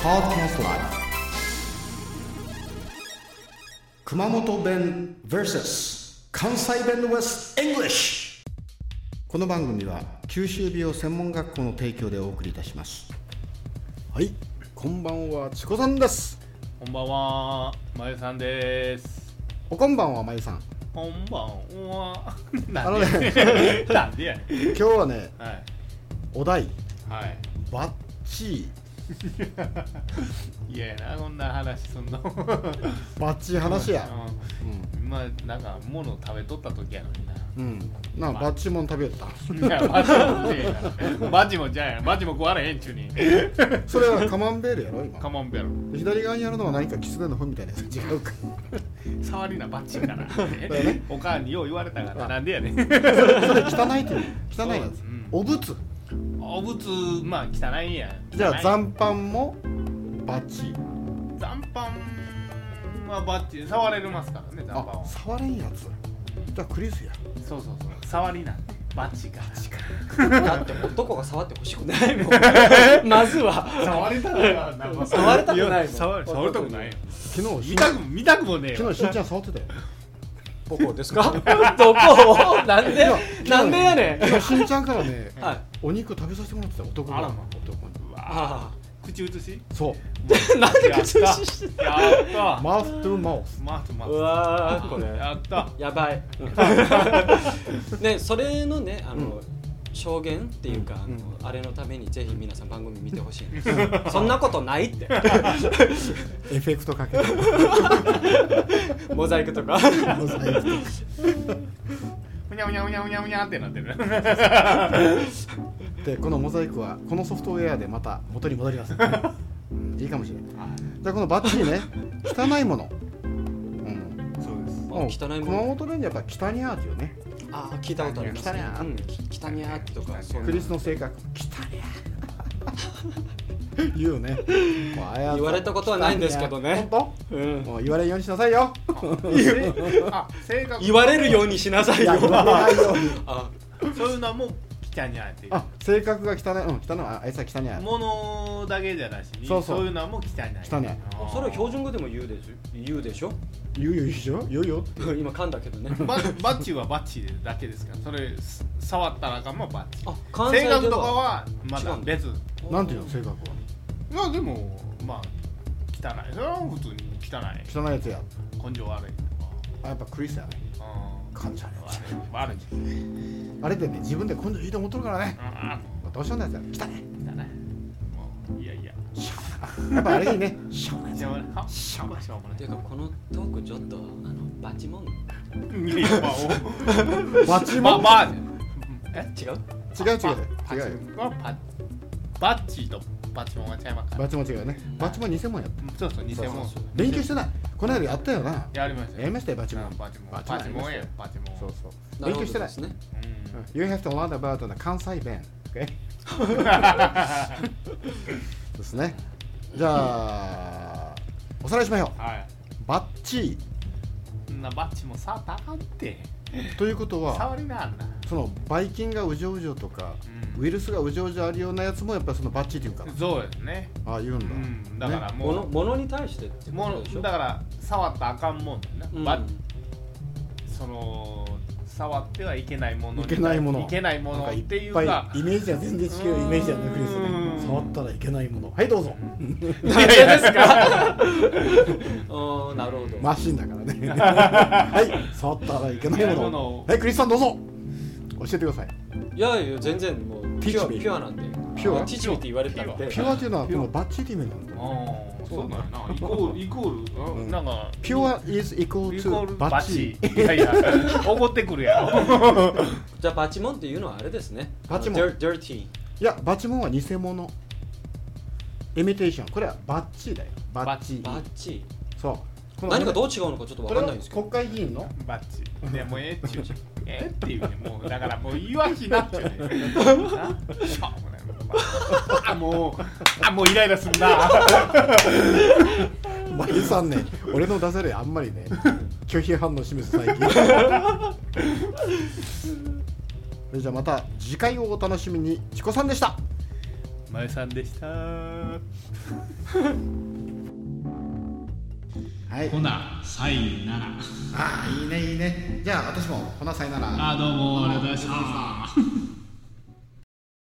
Podcast Live 熊本弁 vs 関西弁 West English この番組は九州美容専門学校の提供でお送りいたしますはい、こんばんは、チコさんです。こんばんは、まゆさんです。おこんばんは、まゆさん。こんばんは。あなのんね、で、 なんでやねん。今日はね、はい。お題、はバッチい。いやな、こんな話すんの。ー、バッチー話や。うん。まあ、なんか、物を食べとった時やのにな。うん、なんかバッチーもん食べよった。いや、マジもじゃやな。マジもじゃやな。マジも食われへんちゅうに。それはカマンベールやろ、カ今。モンベロ。左側にあるのは何かキツネの糞みたいなやつ、違うか。触りな、バッチリかなよね。おかんによう言われたかあら、なんでやねん。それ、それ汚いっていう、汚いやつそううん。お仏。お仏、まあ、汚いんや。じゃあ、残残飯もバッチー。残飯はバッチリ。触れるますからね、残飯あは、。触れんやつ。じゃあ、クリスや。そうそうそう触りなんてバッチかだって男が触ってほしくないもん まずは触りたくない触れたくないもん触触りたくないよ昨日、し見んたくも見たくもねえ昨よ日、しんちゃん触ってたよ。どこですか どこをなんでなんでやねん昨日しんちゃんからね、はいお肉食べさせてもらってた男があらま男にうわあ口移しそうなんで口移しやったやったマウストゥマウスマートマあーうトわーこれやったやば いねそれのねあの、証言っていうか、あのあれのためにぜひ皆さん番組見てほ しいんですそんなことないってエフェクトかけてモザイクとかうにゃうにゃうにゃうにゃうにゃってなってるでこのモザイクはこのソフトウェアでまた元に戻ります、うんいいかもしれないじゃあこのバッチリね汚いもの、うん、そうですあ汚いもの熊本弁でやっぱ汚いアートよねああ聞いたことあります汚いなうんき汚いなとかそういうクリスの性格汚いアート言うよねもうあや言われたことはないんですけどね本うん当もう言われるようにしなさいよあ性格 言われるようにしなさいいよや言われないようにあそういうのはもうきゃにゃっていうあ性格が汚いうん汚いああいつは汚いアート物だけじゃなしにそそううそういうのはもうきゃにゃ汚いそれは標準語でも言うでしょ言うでしょ 言うよいいじゃん言うよって今噛んだけどね バッバッチはバッチだけですからそれす触ったらあかんもんバッチあ関西性では格とかはま違だうんだ別なんていうの性格はまあでもまあ汚いそれは普通に汚い汚いやつや根性悪いあやっぱクリスやねとか根性悪いうん悪い悪いあれでね自分で根性いいと思っとるからねああまあどうしようもないやつや汚い汚いもういやいややっぱあれいい ねしょうがないしょうもないはしょうもないしょうもなていうかこのトークちょっとあのバチモンいいやまあバチおモまンまあえ違う違う違パうチ違うよはパバッチとバチモンが違いますからバチモン違うよねバチモン偽物やったそうそう偽物そうそう勉強してないこの間やったよなやりましたやりましたよバチモンうんバチモンバチモやンやりまバチしたモよンそうそうな勉るほ強どしてないですねうん You have to learn about the 関西弁 OK ですねじゃあおさらいしましょうはいバッチそんなバッチもさたかんってーということは触りなあんなそのばい菌がうじょうじょとか、うんウイルスがうじょうじょあるようなやつもやっぱりそのバッチリっていうからそうですねああ言うんだ、うんだからねもものうものに対してってこもとでしょうだから触ったらあかんもんだようんな、ばその触ってはいけないものにいけないものいけないもなんのかっいていっうぱいかイメージは全然違うイメージはねクリスうねん触ったらいけないものはいどうぞなんでで すかうんなるほど、マシンだからねはい触ったらいけないもいけないのものをはいクリスさんどうぞ教えてくださいいやいや全然もうティピチュアビピュアなんでピュアあティチビって言われたんでピュアというのはこのバッチリ面なんだうんそうだよなイコールイコール、うんなんかピュア is equal イ to コールババッッチチいやいや怒ってくるや ろじゃあバチモンっていうのはあれですねバチモンディディーティーいやバチモンは偽物イミテーションこれはバッチだよバッチバッチそうこの何がどう違うのかちょっとわこかれんはないんですけど国会議員の バッチいやもうええっちゅう ええっていうねもうだからもう言わしなっちゅうねなしょうもないあもうあもうイライラするなマリさんね、俺の出せる絵あんまり ね、拒否反応示す最近。 じゃあまた次回をお楽しみに。チコさんでした。 まゆさんでしたはいほな、さいなら。ああいいねいいねじゃあ私もほなさいならあ、どうも、ありがとうございました。